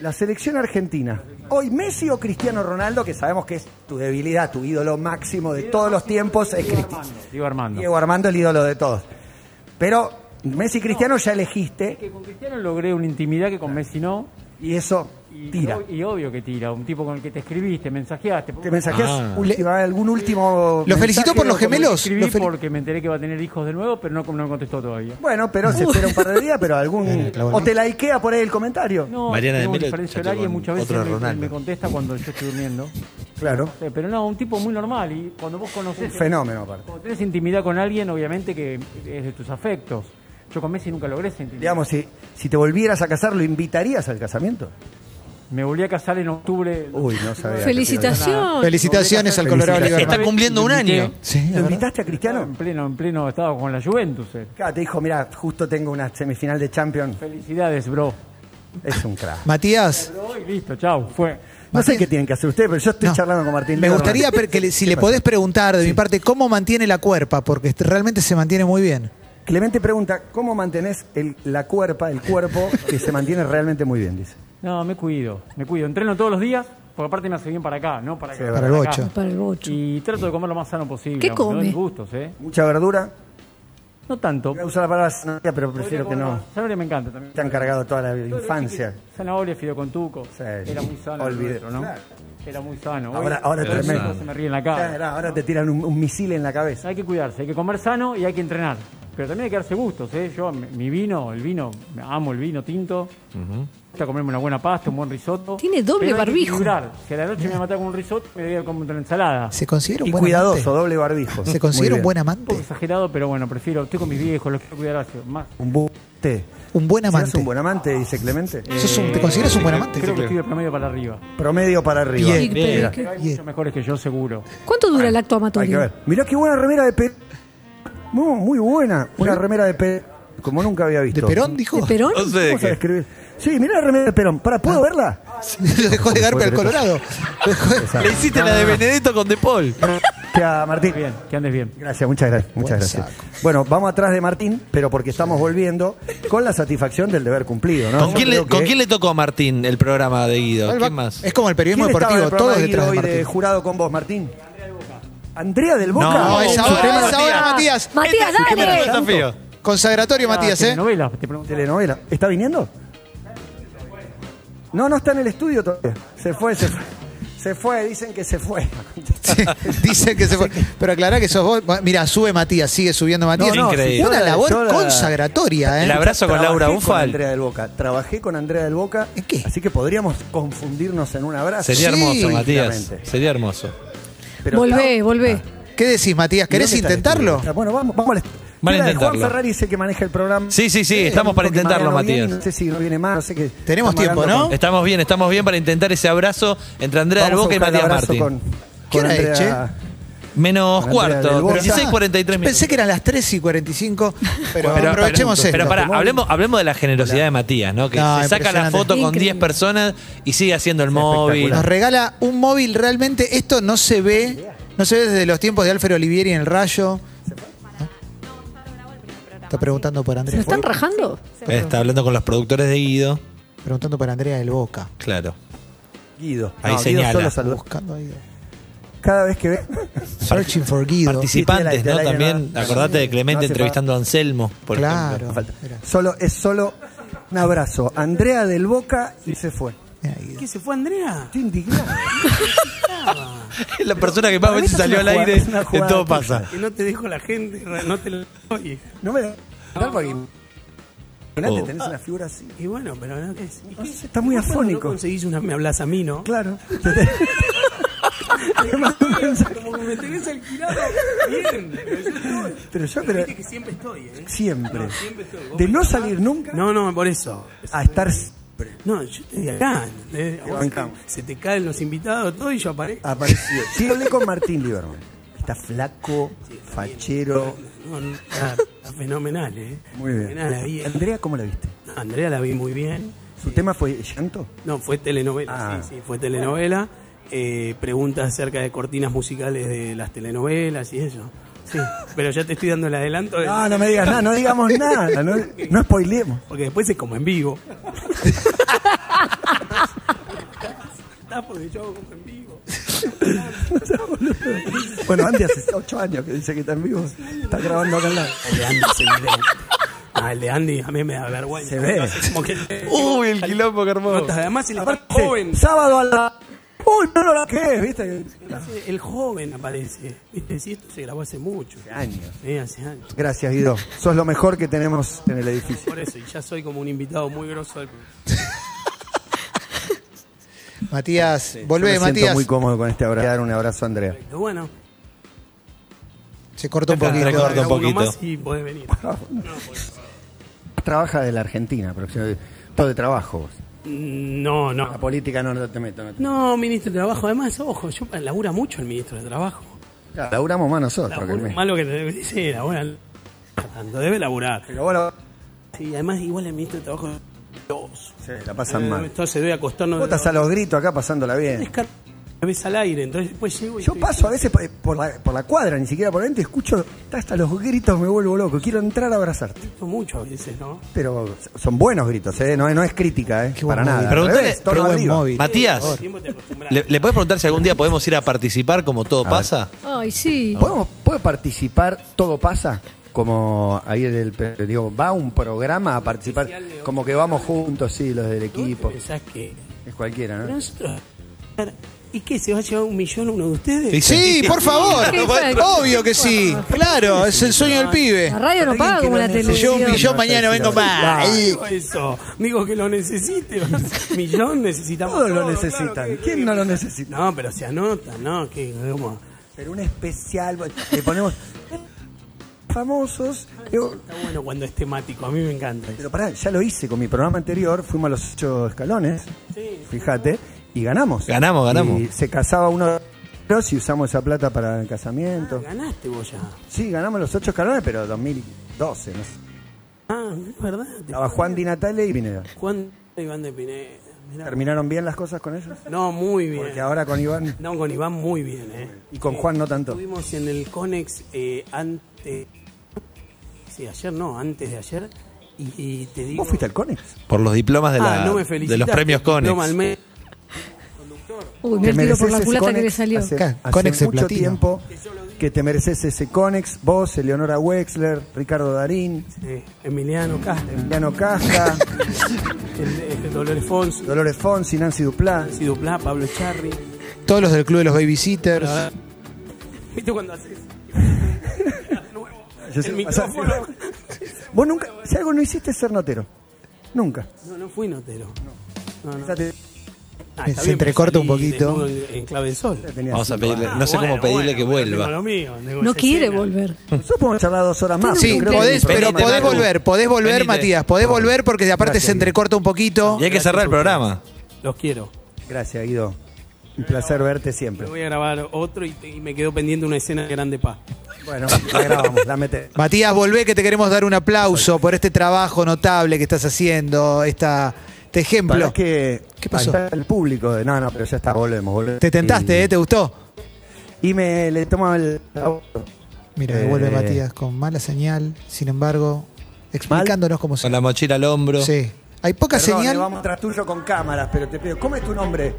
Speaker 10: La selección argentina. Hoy Messi o Cristiano Ronaldo, que sabemos que es tu debilidad, tu ídolo máximo de todos los tiempos, es Cristiano.
Speaker 5: Digo Armando.
Speaker 10: Diego Armando el ídolo de todos. Pero Messi y Cristiano ya elegiste
Speaker 5: Que con Cristiano logré una intimidad que con Messi no.
Speaker 10: y eso
Speaker 5: Y,
Speaker 10: tira.
Speaker 5: y obvio que tira. Un tipo con el que te escribiste, mensajeaste.
Speaker 10: ¿Te mensajeas
Speaker 4: Ah.
Speaker 10: última- algún último
Speaker 3: ¿Lo felicitó
Speaker 10: felicito
Speaker 3: por los
Speaker 5: Lo
Speaker 3: gemelos?
Speaker 5: escribí
Speaker 3: Lo fel-
Speaker 5: porque me enteré que va a tener hijos de nuevo, pero no, no me contestó todavía.
Speaker 10: Bueno, pero se espera un par de días, pero algún...
Speaker 3: *laughs* Claro,
Speaker 10: o te likea por ahí el comentario.
Speaker 5: No,
Speaker 4: Mariana de
Speaker 5: tengo
Speaker 4: Melo
Speaker 5: diferencia
Speaker 4: chateó
Speaker 5: horaria y
Speaker 4: con
Speaker 5: muchas veces
Speaker 4: otro
Speaker 5: me- me,
Speaker 4: Ronaldo.
Speaker 5: contesta cuando yo estoy durmiendo.
Speaker 10: Claro.
Speaker 5: Sí, Pero no, un tipo muy normal. Y cuando vos conocés.
Speaker 10: Fenómeno aparte.
Speaker 5: Cuando tenés intimidad con alguien, obviamente que es de tus afectos. Yo con Messi nunca logré esa intimidad.
Speaker 10: Digamos, si, si te volvieras a casar, ¿lo invitarías al casamiento?
Speaker 5: Me volví a casar en octubre.
Speaker 10: Uy, no sabía.
Speaker 6: Felicitación.
Speaker 3: Felicitaciones al Colorado
Speaker 10: Felicitaciones.
Speaker 3: Oliver.
Speaker 4: Está cumpliendo un año.
Speaker 3: Sí,
Speaker 10: ¿Lo
Speaker 3: es verdad.
Speaker 10: invitaste a
Speaker 5: En
Speaker 10: Cristiano?
Speaker 5: pleno, en pleno estaba con la Juventus. eh.
Speaker 10: Claro, te dijo, mira, justo tengo una semifinal de Champions.
Speaker 5: Felicidades, bro.
Speaker 10: Es un
Speaker 3: *laughs*
Speaker 10: crack.
Speaker 3: Matías,
Speaker 5: Bro, y listo, chau, fue.
Speaker 10: No sé qué tienen que hacer ustedes, pero yo estoy
Speaker 3: No.
Speaker 10: charlando con Martín.
Speaker 3: me
Speaker 10: Lerner.
Speaker 3: gustaría per- que le- si
Speaker 10: ¿Qué
Speaker 3: le
Speaker 10: pasa?
Speaker 3: podés preguntar de mi parte cómo mantiene la cuerpa, porque est- realmente se mantiene muy bien.
Speaker 10: Clemente pregunta, ¿cómo mantenés el- la cuerpa, el cuerpo, que se mantiene realmente muy bien? Dice.
Speaker 5: No, me cuido, me cuido. Entreno todos los días, porque aparte me hace bien para acá, ¿no? Para, acá,
Speaker 10: para
Speaker 3: Para el
Speaker 5: acá.
Speaker 3: bocho.
Speaker 6: Para el bocho.
Speaker 5: Y trato de comer lo más sano posible.
Speaker 6: ¿Qué
Speaker 5: aunque me
Speaker 6: come?
Speaker 5: doy gustos, ¿eh?
Speaker 10: Mucha verdura.
Speaker 5: No tanto.
Speaker 10: Voy a usar la palabra zanahoria, pero prefiero que no.
Speaker 5: Zanahoria me encanta también.
Speaker 10: Te han cargado toda la infancia.
Speaker 5: Zanahoria, fideo con tuco.
Speaker 10: Sí.
Speaker 5: Era muy sano.
Speaker 10: Olvidé.
Speaker 5: nuestro, ¿no?
Speaker 10: Claro.
Speaker 5: Era muy sano. Hoy-
Speaker 10: Ahora, ahora
Speaker 5: hoy
Speaker 10: tremendo.
Speaker 5: se me ríe en la cara.
Speaker 10: Claro, ahora te tiran un, un misil en la cabeza.
Speaker 5: Hay que cuidarse, hay que comer sano y hay que entrenar. Pero también hay que darse gustos, ¿eh? Yo, mi mi vino, el vino, amo el vino tinto. Está comerme una buena pasta, un buen risotto.
Speaker 6: Tiene doble
Speaker 5: Pero hay que
Speaker 6: barbijo.
Speaker 5: equilibrar. Si a la noche me matar con un risotto, me voy a comer una ensalada.
Speaker 3: ¿Se considera un
Speaker 10: Y
Speaker 3: buen
Speaker 10: cuidadoso,
Speaker 3: amante?
Speaker 10: doble barbijo.
Speaker 3: ¿Se considera
Speaker 10: Muy
Speaker 3: un buen
Speaker 10: bien.
Speaker 5: Un poco
Speaker 3: amante?
Speaker 5: exagerado, pero bueno, prefiero. Estoy con mis viejos, los quiero cuidar así. Más.
Speaker 10: Un buen amante.
Speaker 3: Un buen
Speaker 10: ¿Serás
Speaker 3: amante. Eh,
Speaker 10: un buen amante, dice Clemente?
Speaker 3: ¿Sos un- ¿Te consideras un buen amante?
Speaker 5: Creo que estoy de promedio para arriba.
Speaker 10: Promedio para arriba.
Speaker 3: Bien,
Speaker 6: Pero,
Speaker 10: Mira,
Speaker 6: ¿qué-
Speaker 5: Hay
Speaker 3: Bien.
Speaker 5: muchos mejores que yo, seguro.
Speaker 6: ¿Cuánto dura el acto
Speaker 10: Hay que
Speaker 6: amatorio?
Speaker 10: ver. Mirá qué buena remera de Perón. Muy, muy buena. Una remera de Perón. Como nunca había visto.
Speaker 3: ¿De Perón, dijo?
Speaker 6: ¿De Perón?
Speaker 4: No sé de
Speaker 10: Vamos a
Speaker 4: qué.
Speaker 10: describir. Sí, mirá la remera de Perón. Para,
Speaker 3: Ah.
Speaker 10: ¿puedo verla?
Speaker 3: Lo *laughs* dejó de garpe al Colorado. Lo *laughs* dejó de-
Speaker 4: Le hiciste la de Benedetto con De Paul.
Speaker 10: Ya, Martín.
Speaker 5: Bien, que andes bien.
Speaker 10: Gracias, muchas gracias. Muchas
Speaker 3: Buen
Speaker 10: gracias.
Speaker 3: saco.
Speaker 10: Bueno, vamos atrás de Martín, pero porque estamos volviendo con la satisfacción del deber cumplido, ¿no?
Speaker 4: ¿Con
Speaker 10: Yo
Speaker 4: quién, le,
Speaker 10: creo
Speaker 4: con
Speaker 10: que-
Speaker 4: quién le tocó a Martín el programa de Guido?
Speaker 3: Al-
Speaker 4: ¿Quién más?
Speaker 3: Es como el periodismo
Speaker 10: ¿Quién estaba en
Speaker 3: deportivo,
Speaker 10: el programa
Speaker 3: todos
Speaker 10: de Guido
Speaker 3: detrás de
Speaker 10: hoy de
Speaker 3: Martín.
Speaker 10: jurado con vos, Martín? Andrea del Boca.
Speaker 3: No,
Speaker 4: No,
Speaker 3: es
Speaker 4: un
Speaker 3: ahora,
Speaker 4: supremo
Speaker 3: es ahora, Matías.
Speaker 6: Matías,
Speaker 4: Este es el
Speaker 6: dale.
Speaker 4: primer desafío.
Speaker 3: Consagratorio, Matías, ¿eh? *laughs*
Speaker 5: Novela, te pregunté.
Speaker 10: Telenovela. ¿Está viniendo? No, no está en el estudio todavía. Se fue, se fue. Se fue, dicen que se fue.
Speaker 3: Sí, Dicen que se fue. Pero aclará que sos vos. Mira, sube Matías, sigue subiendo Matías.
Speaker 4: No, no, Increíble.
Speaker 3: Una
Speaker 10: yo la- yo
Speaker 3: labor
Speaker 10: la-
Speaker 3: consagratoria, ¿eh?
Speaker 4: El abrazo con
Speaker 10: Trabajé
Speaker 4: Laura
Speaker 10: Con
Speaker 4: Ufal.
Speaker 10: Andrea del Boca. Trabajé con Andrea del Boca.
Speaker 3: ¿En qué?
Speaker 10: Así que podríamos confundirnos en un abrazo.
Speaker 4: Sería
Speaker 3: Sí.
Speaker 4: hermoso, Matías.
Speaker 10: Tranquilamente.
Speaker 4: Sería hermoso.
Speaker 10: Pero
Speaker 6: Volvé, volvé.
Speaker 10: Ah,
Speaker 3: ¿Qué decís, Matías? ¿Querés
Speaker 10: ¿Dónde está el
Speaker 3: intentarlo?
Speaker 10: estudio? Bueno, vamos, vamos al
Speaker 4: Van a
Speaker 10: Mira,
Speaker 4: intentarlo.
Speaker 10: Juan Ferrari es el que maneja el programa.
Speaker 4: Sí, sí, sí,
Speaker 10: Eh,
Speaker 4: estamos para
Speaker 10: porque
Speaker 4: intentarlo,
Speaker 10: Mariano viene,
Speaker 4: Matías.
Speaker 10: no sé si no viene más, no sé qué.
Speaker 3: Tenemos
Speaker 10: Estamos
Speaker 3: tiempo,
Speaker 10: hablando
Speaker 3: ¿no?
Speaker 10: con-
Speaker 4: Estamos bien, estamos bien para intentar ese abrazo entre Andrea del
Speaker 10: Vamos
Speaker 4: Boca
Speaker 10: a
Speaker 4: y
Speaker 10: buscar el
Speaker 4: Matías
Speaker 10: abrazo
Speaker 4: Martín.
Speaker 10: con,
Speaker 3: ¿Qué
Speaker 10: con
Speaker 3: hora es,
Speaker 10: Andrea.
Speaker 4: Menos
Speaker 10: con Andrea del
Speaker 4: cuarto,
Speaker 10: Boca.
Speaker 4: 16.43
Speaker 3: Yo
Speaker 4: minutos.
Speaker 3: Pensé que eran las 3 y 45, pero,
Speaker 4: Pero-
Speaker 3: aprovechemos
Speaker 4: pero,
Speaker 3: esto.
Speaker 4: pero pará, hablemos, hablemos de la generosidad de Matías, ¿no? Que
Speaker 3: No,
Speaker 4: se saca la
Speaker 3: impresionante.
Speaker 4: foto con
Speaker 6: Increíble.
Speaker 4: 10 personas y sigue haciendo el móvil.
Speaker 3: Nos regala un móvil, realmente esto no se ve, no se ve desde los tiempos de Alfredo Olivieri en el Rayo. Está preguntando por
Speaker 6: ¿Lo
Speaker 3: Andrea.
Speaker 6: están rajando?
Speaker 4: Está hablando con los productores de Guido.
Speaker 3: Preguntando por Andrea del Boca.
Speaker 4: Claro.
Speaker 10: Guido.
Speaker 4: Ahí
Speaker 10: No, Guido
Speaker 4: señala.
Speaker 10: solo saluda.
Speaker 3: Buscando ahí.
Speaker 10: Cada vez que ve.
Speaker 3: Searching for Guido.
Speaker 4: Participantes,
Speaker 10: Sí,
Speaker 4: ¿no?
Speaker 10: del aire,
Speaker 4: También,
Speaker 10: ¿no?
Speaker 4: acordate de
Speaker 10: No
Speaker 4: Clemente
Speaker 10: hace
Speaker 4: entrevistando a Anselmo, por ejemplo.
Speaker 3: Claro.
Speaker 10: Falta.
Speaker 3: Mirá,
Speaker 10: Solo, es solo un abrazo. Andrea del Boca y se fue.
Speaker 3: mirá, Guido.
Speaker 12: ¿Qué se fue Andrea?
Speaker 10: Estoy indignado.
Speaker 4: *laughs* Es la persona que más
Speaker 10: Para mí
Speaker 4: veces
Speaker 10: esta es
Speaker 4: salió al
Speaker 10: una jugada-
Speaker 4: aire
Speaker 10: es una
Speaker 4: en
Speaker 10: jugada
Speaker 4: Todo
Speaker 10: tuya.
Speaker 4: Pasa.
Speaker 12: Que no te dijo la *laughs* gente, no te lo oye.
Speaker 10: No me da. tal porque- Imagínate,
Speaker 4: Oh.
Speaker 10: tenés una figura así.
Speaker 12: Y bueno, pero no ¿qué es.
Speaker 10: No sé, está muy
Speaker 12: ¿Cuándo
Speaker 10: afónico.
Speaker 12: No conseguís una, me hablas a mí, ¿no?
Speaker 10: Claro. *laughs* Te mando un mensaje.
Speaker 12: Como que me tenés alquilado. Bien. pero yo estoy.
Speaker 10: Pero yo
Speaker 12: Pero
Speaker 10: pero
Speaker 12: viste que siempre estoy, ¿eh?
Speaker 10: siempre.
Speaker 12: No, siempre estoy. Vos
Speaker 10: De
Speaker 12: me
Speaker 10: no
Speaker 12: llamás.
Speaker 10: salir nunca
Speaker 12: No, no, por eso.
Speaker 10: a estar siempre.
Speaker 12: No, yo "Ah, estoy acá. ¿entendés?
Speaker 10: Te bancamos.
Speaker 12: Se te caen los invitados, todo y yo aparezco.
Speaker 10: Aparecido. Sí, hablé con Martín Lieberman. Está flaco, fachero.
Speaker 12: No, no, nada.
Speaker 11: fenomenal, ¿eh?
Speaker 10: Muy bien.
Speaker 11: Fenomenal ahí.
Speaker 10: Andrea, ¿cómo la viste?
Speaker 11: Andrea la vi muy bien.
Speaker 10: ¿Su tema fue llanto?
Speaker 11: No, fue telenovela,
Speaker 10: Ah.
Speaker 11: sí, sí, fue telenovela. Eh, preguntas acerca de cortinas musicales de las telenovelas y eso. Sí, pero ya te estoy dando el adelanto. de-
Speaker 10: No, no me digas nada, no digamos nada, no, no spoileemos. *laughs*
Speaker 11: Porque después es como en vivo. Está porque yo hago como en vivo.
Speaker 10: Bueno, Andy hace ocho años que dice que está en vivo, está grabando acá al lado.
Speaker 11: El de Andy es evidente. Ah, el de Andy a mí me da vergüenza.
Speaker 10: Se ve.
Speaker 11: Como que-
Speaker 4: Uy, el quilombo que armó.
Speaker 11: Además, el
Speaker 10: Aparte,
Speaker 11: joven.
Speaker 10: sábado a la... Uy, no, no la que ¿viste?
Speaker 11: El joven aparece. ¿Viste? Sí, esto se grabó hace mucho.
Speaker 10: años.
Speaker 11: Sí, hace años.
Speaker 10: Gracias, Guido. Sos lo mejor que tenemos en el edificio.
Speaker 11: Por eso, y ya soy como un invitado muy grosso del
Speaker 3: Matías,
Speaker 10: Yo
Speaker 3: volvé,
Speaker 10: me siento
Speaker 3: Matías.
Speaker 10: muy cómodo con este abrazo. Voy a dar un abrazo a Andrea.
Speaker 11: proyecto. Bueno,
Speaker 3: Se cortó un
Speaker 4: Recorta
Speaker 3: poquito.
Speaker 4: un
Speaker 11: haga uno
Speaker 4: poquito.
Speaker 11: más y podés venir.
Speaker 4: *laughs*
Speaker 10: Trabaja de la Argentina, pero todo de trabajo.
Speaker 11: No, no.
Speaker 10: política no, no te meto. No, te meto.
Speaker 11: No, ministro de Trabajo. Además, ojo, yo labura mucho el ministro de Trabajo.
Speaker 10: Claro, laburamos más nosotros. que el
Speaker 11: Labura
Speaker 10: mes.
Speaker 11: más lo que te dice, labura tanto, debe laburar.
Speaker 10: Pero bueno,
Speaker 11: Sí, además, igual el ministro de Trabajo es dos. Eh,
Speaker 10: se la pasan mal.
Speaker 11: Entonces debe acostarnos.
Speaker 10: Botas a los gritos acá pasándola bien.
Speaker 11: Descar- me ves al aire, entonces después llego y
Speaker 10: Yo
Speaker 11: estoy-
Speaker 10: paso a veces por- por la, por la cuadra, ni siquiera por adentro, escucho hasta los gritos, me vuelvo loco. Quiero entrar a abrazarte.
Speaker 11: Grito mucho a veces, ¿no?
Speaker 10: Pero son buenos gritos, ¿eh? No, es- no es crítica, ¿eh?
Speaker 3: Qué buen
Speaker 10: Para
Speaker 3: móvil.
Speaker 10: nada.
Speaker 4: Preguntale-
Speaker 10: Al revés, tono
Speaker 3: pregun-
Speaker 10: arriba.
Speaker 3: móvil.
Speaker 4: Matías,
Speaker 11: Todo el tiempo te acostumbras.
Speaker 4: ¿le, le podés preguntar si algún día podemos ir a participar como todo pasa?
Speaker 6: Ay, sí.
Speaker 13: ¿Podemos, ¿Puede participar Todo Pasa? Como ahí en el pe- digo, va un programa a participar, como que vamos juntos, sí, los del equipo.
Speaker 11: Pensás que
Speaker 13: Es cualquiera, ¿no?
Speaker 11: nosotros- ¿Y qué? ¿Se va a llevar un millón uno de ustedes?
Speaker 3: Sí, por favor.
Speaker 6: ¿Qué fue?
Speaker 3: Obvio que sí. Claro, es el sueño del pibe.
Speaker 6: La radio no
Speaker 10: Alguien
Speaker 6: paga
Speaker 10: que
Speaker 6: como
Speaker 10: no
Speaker 6: la
Speaker 10: necesite.
Speaker 6: televisión.
Speaker 3: Si yo un millón mañana vengo más.
Speaker 11: Ay, digo eso. Digo que lo necesite. *laughs* millón necesitamos.
Speaker 10: Todos lo
Speaker 11: todo,
Speaker 10: necesitan.
Speaker 11: claro, ¿qué-
Speaker 10: ¿Quién
Speaker 11: qué-
Speaker 10: no lo necesita?
Speaker 11: No, pero se anota, ¿no? Que como.
Speaker 10: Pero un especial, le ponemos famosos. Digo,
Speaker 11: Está bueno cuando es temático, a mí me encanta.
Speaker 10: Pero pará, ya lo hice con mi programa anterior, fuimos a los ocho escalones, fíjate, y ganamos.
Speaker 4: Ganamos, ganamos.
Speaker 10: Y se casaba uno de los y usamos esa plata para el casamiento.
Speaker 11: Ah, Ganaste vos ya.
Speaker 10: Sí, ganamos los ocho escalones, pero 2012, ¿no?
Speaker 11: Ah, es verdad. te-
Speaker 10: Estaba Juan Di Natale y Pineda.
Speaker 11: Juan Iván de Pineda. Mirá.
Speaker 10: ¿Terminaron bien las cosas con ellos?
Speaker 11: No, muy bien.
Speaker 10: Porque ahora con Iván
Speaker 11: No, con Iván muy bien, ¿eh?
Speaker 10: y con Juan no tanto.
Speaker 11: Estuvimos en el Conex eh, antes. Sí, ayer no, antes de ayer. Y, y te digo.
Speaker 10: ¿Vos fuiste al Conex?
Speaker 4: Por los diplomas de, la-
Speaker 11: Ah, no me
Speaker 4: de los
Speaker 11: felicitaste,
Speaker 4: premios
Speaker 11: diploma al
Speaker 4: Conex.
Speaker 11: mes.
Speaker 6: Uy, me
Speaker 10: Te
Speaker 6: tiro por la
Speaker 10: mereces
Speaker 6: culata
Speaker 10: ese
Speaker 6: que le
Speaker 10: Conex
Speaker 6: salió.
Speaker 10: Hace,
Speaker 3: Ca-
Speaker 10: hace
Speaker 3: Conex de
Speaker 10: mucho
Speaker 3: platino.
Speaker 10: tiempo que te mereces ese Conex, vos, Eleonora Wexler, Ricardo Darín,
Speaker 11: Eh, Emiliano Castro,
Speaker 10: Emiliano Casta,
Speaker 11: *laughs* el, el Dolores Fons,
Speaker 10: Dolores Fonsi, Nancy Duplá.
Speaker 11: Sido Pla, Pablo Charri.
Speaker 3: Todos los del club de los babysitters.
Speaker 11: ¿Viste cuando haces?
Speaker 10: Yo sé-
Speaker 11: El micrófono.
Speaker 10: *laughs* Vos nunca, si algo no hiciste es ser notero. Nunca.
Speaker 11: No, no fui notero. No, no.
Speaker 10: Ya te-
Speaker 11: Ah,
Speaker 3: Se
Speaker 11: está bien,
Speaker 3: entrecorta un
Speaker 11: salí
Speaker 3: poquito.
Speaker 11: desnudo En, en clave del sol.
Speaker 10: ya tenías
Speaker 4: Vamos a
Speaker 10: cinco
Speaker 4: pedirle,
Speaker 11: Ah,
Speaker 4: no sé cómo
Speaker 11: bueno,
Speaker 4: pedirle
Speaker 11: bueno,
Speaker 4: que
Speaker 11: bueno, tengo
Speaker 4: vuelva.
Speaker 11: lo mío, tengo
Speaker 6: No
Speaker 11: esa
Speaker 6: quiere
Speaker 11: escena.
Speaker 6: volver.
Speaker 10: años. Nosotros podemos charlar dos horas más.
Speaker 3: Sí,
Speaker 10: pero creo
Speaker 3: podés,
Speaker 10: que-
Speaker 3: pero
Speaker 4: Venite,
Speaker 3: podés
Speaker 4: Maru.
Speaker 3: volver, podés volver,
Speaker 4: Venite.
Speaker 3: Matías, podés volver porque aparte
Speaker 10: Gracias,
Speaker 3: se entrecorta un poquito.
Speaker 4: Y hay que cerrar el programa.
Speaker 11: Los quiero.
Speaker 10: Gracias, Guido. Un placer verte siempre.
Speaker 11: Me voy a grabar otro y, y me quedó pendiente una escena de Grande Paz.
Speaker 10: Bueno, la grabamos, la metés.
Speaker 3: Matías, volvé que te queremos dar un aplauso por este trabajo notable que estás haciendo, esta, este
Speaker 10: Para
Speaker 3: ejemplo.
Speaker 10: que
Speaker 3: ¿Qué pasó?
Speaker 10: allá el público de no, no, pero ya está, volvemos, volvemos.
Speaker 3: Te tentaste,
Speaker 10: Y-
Speaker 3: ¿eh? ¿Te gustó?
Speaker 10: Y me le tomo el
Speaker 3: Mira,
Speaker 10: Eh.
Speaker 3: vuelve Matías con mala señal, sin embargo, explicándonos cómo se...
Speaker 4: Con la mochila al hombro.
Speaker 3: Sí. Hay poca
Speaker 10: Perdón, le
Speaker 3: señal.
Speaker 10: vamos tras tuyo con cámaras, pero te pido, ¿cómo es tu nombre?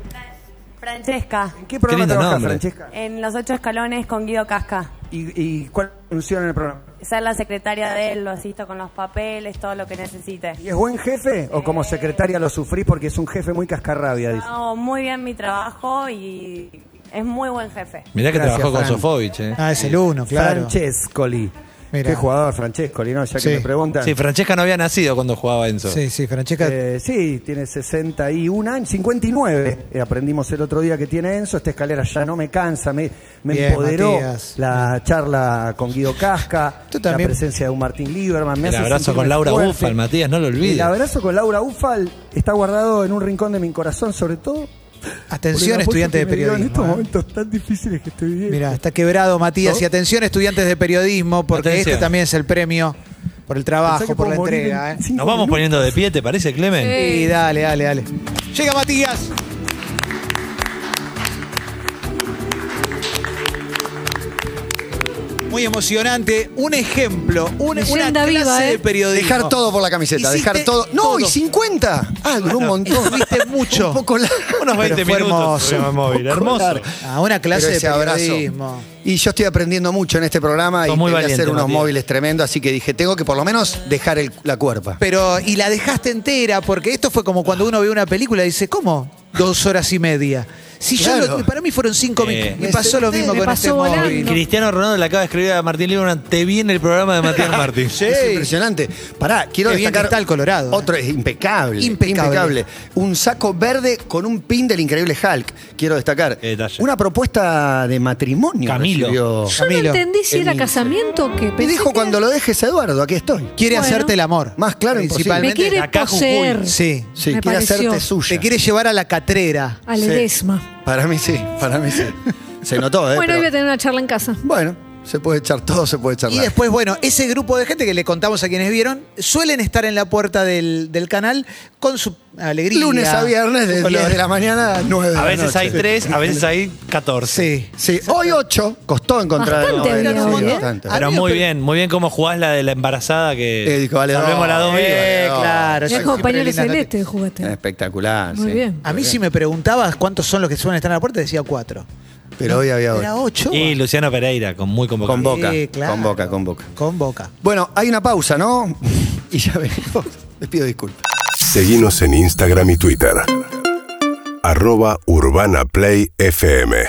Speaker 14: Francesca,
Speaker 10: ¿En qué programa
Speaker 4: lindo
Speaker 10: trabajas,
Speaker 4: nombre.
Speaker 10: Francesca?
Speaker 14: en los ocho escalones con Guido Casca.
Speaker 10: ¿Y, ¿Y cuál funciona en el programa?
Speaker 14: Ser la secretaria de él, lo asisto con los papeles, todo lo que necesite.
Speaker 10: ¿Y es buen jefe o como secretaria lo sufrís porque es un jefe muy cascarrabia? Dice.
Speaker 14: Hago muy bien mi trabajo y es muy buen jefe.
Speaker 4: Mirá que
Speaker 10: Gracias,
Speaker 4: trabajó con
Speaker 10: Fran.
Speaker 4: Sofovich, ¿eh?
Speaker 3: Ah, es el uno, claro.
Speaker 10: Francescoli.
Speaker 3: Mirá.
Speaker 10: Qué jugador Francescoli, ¿no? Ya que
Speaker 3: Sí.
Speaker 10: me preguntan.
Speaker 4: Sí, Francesca no había nacido cuando jugaba Enzo.
Speaker 3: Sí, sí, Francesca.
Speaker 10: Eh, sí, tiene 61 años, 59. Eh, aprendimos el otro día que tiene Enzo. Esta escalera ya no me cansa, me, me
Speaker 3: Bien,
Speaker 10: empoderó.
Speaker 3: Matías.
Speaker 10: La charla con Guido Casca,
Speaker 3: Tú
Speaker 10: la
Speaker 3: también.
Speaker 10: presencia de un Martín Lieberman. Me
Speaker 4: El
Speaker 10: hace
Speaker 4: abrazo
Speaker 10: sentirme
Speaker 4: con Laura
Speaker 10: fuerte.
Speaker 4: Ufal, Matías, no lo
Speaker 10: El
Speaker 4: olvides.
Speaker 10: abrazo con Laura Ufal está guardado en un rincón de mi corazón, sobre todo. por
Speaker 3: Atención,
Speaker 10: el apoyo
Speaker 3: estudiantes de
Speaker 10: que me dio
Speaker 3: periodismo.
Speaker 10: En este estos
Speaker 3: ¿eh?
Speaker 10: momentos tan difíciles que estoy viviendo.
Speaker 3: Mira, está quebrado Matías. Y atención, estudiantes de periodismo, porque
Speaker 4: Atención.
Speaker 3: este también es el premio por el trabajo,
Speaker 4: que
Speaker 3: por la
Speaker 4: puedo morir
Speaker 3: entrega.
Speaker 4: en
Speaker 3: ¿eh?
Speaker 4: Nos vamos poniendo de pie, ¿te parece, Clemen?
Speaker 3: Y dale, dale, dale. Llega Matías. Muy emocionante, un ejemplo, un, una
Speaker 10: Leyenda
Speaker 3: clase
Speaker 10: viva, ¿eh?
Speaker 3: de periodismo.
Speaker 10: Dejar todo por la camiseta, dejar
Speaker 3: Hiciste
Speaker 10: todo. No, y 50. Ah, *laughs* duró un montón.
Speaker 3: Estuviste mucho.
Speaker 10: Un poco largo.
Speaker 4: Unos 20
Speaker 10: Pero fue
Speaker 4: minutos
Speaker 10: hermoso.
Speaker 4: programa
Speaker 10: Un
Speaker 4: móvil,
Speaker 10: poco
Speaker 4: hermoso.
Speaker 10: largo.
Speaker 3: Ah, una clase
Speaker 10: Pero
Speaker 3: de
Speaker 10: ese abrazo.
Speaker 3: periodismo.
Speaker 10: Y yo estoy aprendiendo mucho en este programa
Speaker 3: Sos
Speaker 10: y
Speaker 3: muy
Speaker 10: voy a
Speaker 3: valiente,
Speaker 10: hacer unos
Speaker 3: Matías.
Speaker 10: móviles tremendos, así que dije, tengo que por lo menos dejar el- la cuerpa.
Speaker 3: Pero, y la dejaste entera, porque esto fue como cuando uno ve una película y dice, ¿cómo? Dos horas y media. Si yo
Speaker 10: Claro.
Speaker 3: lo- para mí fueron cinco
Speaker 4: Eh.
Speaker 3: minutos. Me pasó lo mismo
Speaker 10: Me
Speaker 3: con
Speaker 10: pasó
Speaker 3: este
Speaker 10: volando.
Speaker 3: móvil.
Speaker 4: Cristiano Ronaldo le acaba de escribir a Martín Lieberman, te vi en el programa de
Speaker 10: *laughs*
Speaker 4: Matías Martín.
Speaker 10: Es impresionante. Pará, quiero
Speaker 3: Qué bien
Speaker 10: destacar
Speaker 3: que está el Colorado, ¿eh?
Speaker 10: Otro es impecable,
Speaker 3: Impecable.
Speaker 10: impecable. Un saco verde con un pin del increíble Hulk. Quiero destacar. Una propuesta de matrimonio.
Speaker 4: Camilo.
Speaker 10: recibió
Speaker 6: Yo no entendí si era
Speaker 10: Emi.
Speaker 6: casamiento o qué.
Speaker 10: Me
Speaker 6: Pensé
Speaker 10: dijo
Speaker 6: que
Speaker 10: cuando lo dejes, Eduardo, aquí estoy.
Speaker 3: Quiere
Speaker 6: Bueno.
Speaker 3: hacerte el amor.
Speaker 10: Más claro, imposible.
Speaker 6: Me quiere
Speaker 3: Acá, Jujuy.
Speaker 6: poseer.
Speaker 3: Sí.
Speaker 10: Sí,
Speaker 6: Me
Speaker 10: quiere
Speaker 6: pareció.
Speaker 10: hacerte suya. Ah,
Speaker 3: Te quiere llevar a la catrera.
Speaker 6: Al Edesma.
Speaker 10: Para mí sí, para
Speaker 3: *laughs*
Speaker 10: mí sí. Se notó, ¿eh?
Speaker 6: Bueno,
Speaker 10: Pero-
Speaker 6: hoy voy a tener una charla en casa.
Speaker 10: bueno, se puede echar todo, se puede echar
Speaker 3: Y después, bueno, ese grupo de gente que le contamos a quienes vieron, suelen estar en la puerta del, del canal con su alegría.
Speaker 10: Lunes a viernes, de
Speaker 3: Con los-
Speaker 10: 10 de la mañana a 9 de
Speaker 4: A
Speaker 10: la
Speaker 4: veces
Speaker 10: noche.
Speaker 4: hay tres, a veces hay 14.
Speaker 3: Sí.
Speaker 10: Sí, hoy 8 costó encontrar el
Speaker 6: Bastante
Speaker 10: nueve,
Speaker 6: bien,
Speaker 10: sí,
Speaker 6: ¿eh?
Speaker 10: bastante.
Speaker 4: Pero muy bien, muy bien cómo jugás la de la embarazada que.
Speaker 10: Eh, dijo, vale,
Speaker 4: salvemos
Speaker 10: no,
Speaker 4: las dos
Speaker 10: eh,
Speaker 4: vivas.
Speaker 10: no.
Speaker 3: Claro,
Speaker 6: Es
Speaker 3: sí,
Speaker 6: como
Speaker 3: siempre
Speaker 6: pañuelo
Speaker 3: linda, ¿no?
Speaker 6: celeste jugaste.
Speaker 10: Espectacular,
Speaker 6: Muy
Speaker 10: sí.
Speaker 6: bien.
Speaker 3: A mí si me preguntabas cuántos son los que suelen estar en la puerta, decía cuatro.
Speaker 10: Pero hoy había
Speaker 3: Era ocho.
Speaker 10: ocho.
Speaker 4: Y Luciano Pereira, con muy convocado.
Speaker 10: Con Boca,
Speaker 3: Sí, claro.
Speaker 10: con Boca, con Boca.
Speaker 3: Con boca.
Speaker 10: Bueno, hay una pausa, ¿no? *laughs* Y ya venimos. Les pido disculpas.
Speaker 2: Seguimos en Instagram y Twitter. Arroba Urbana Play FM.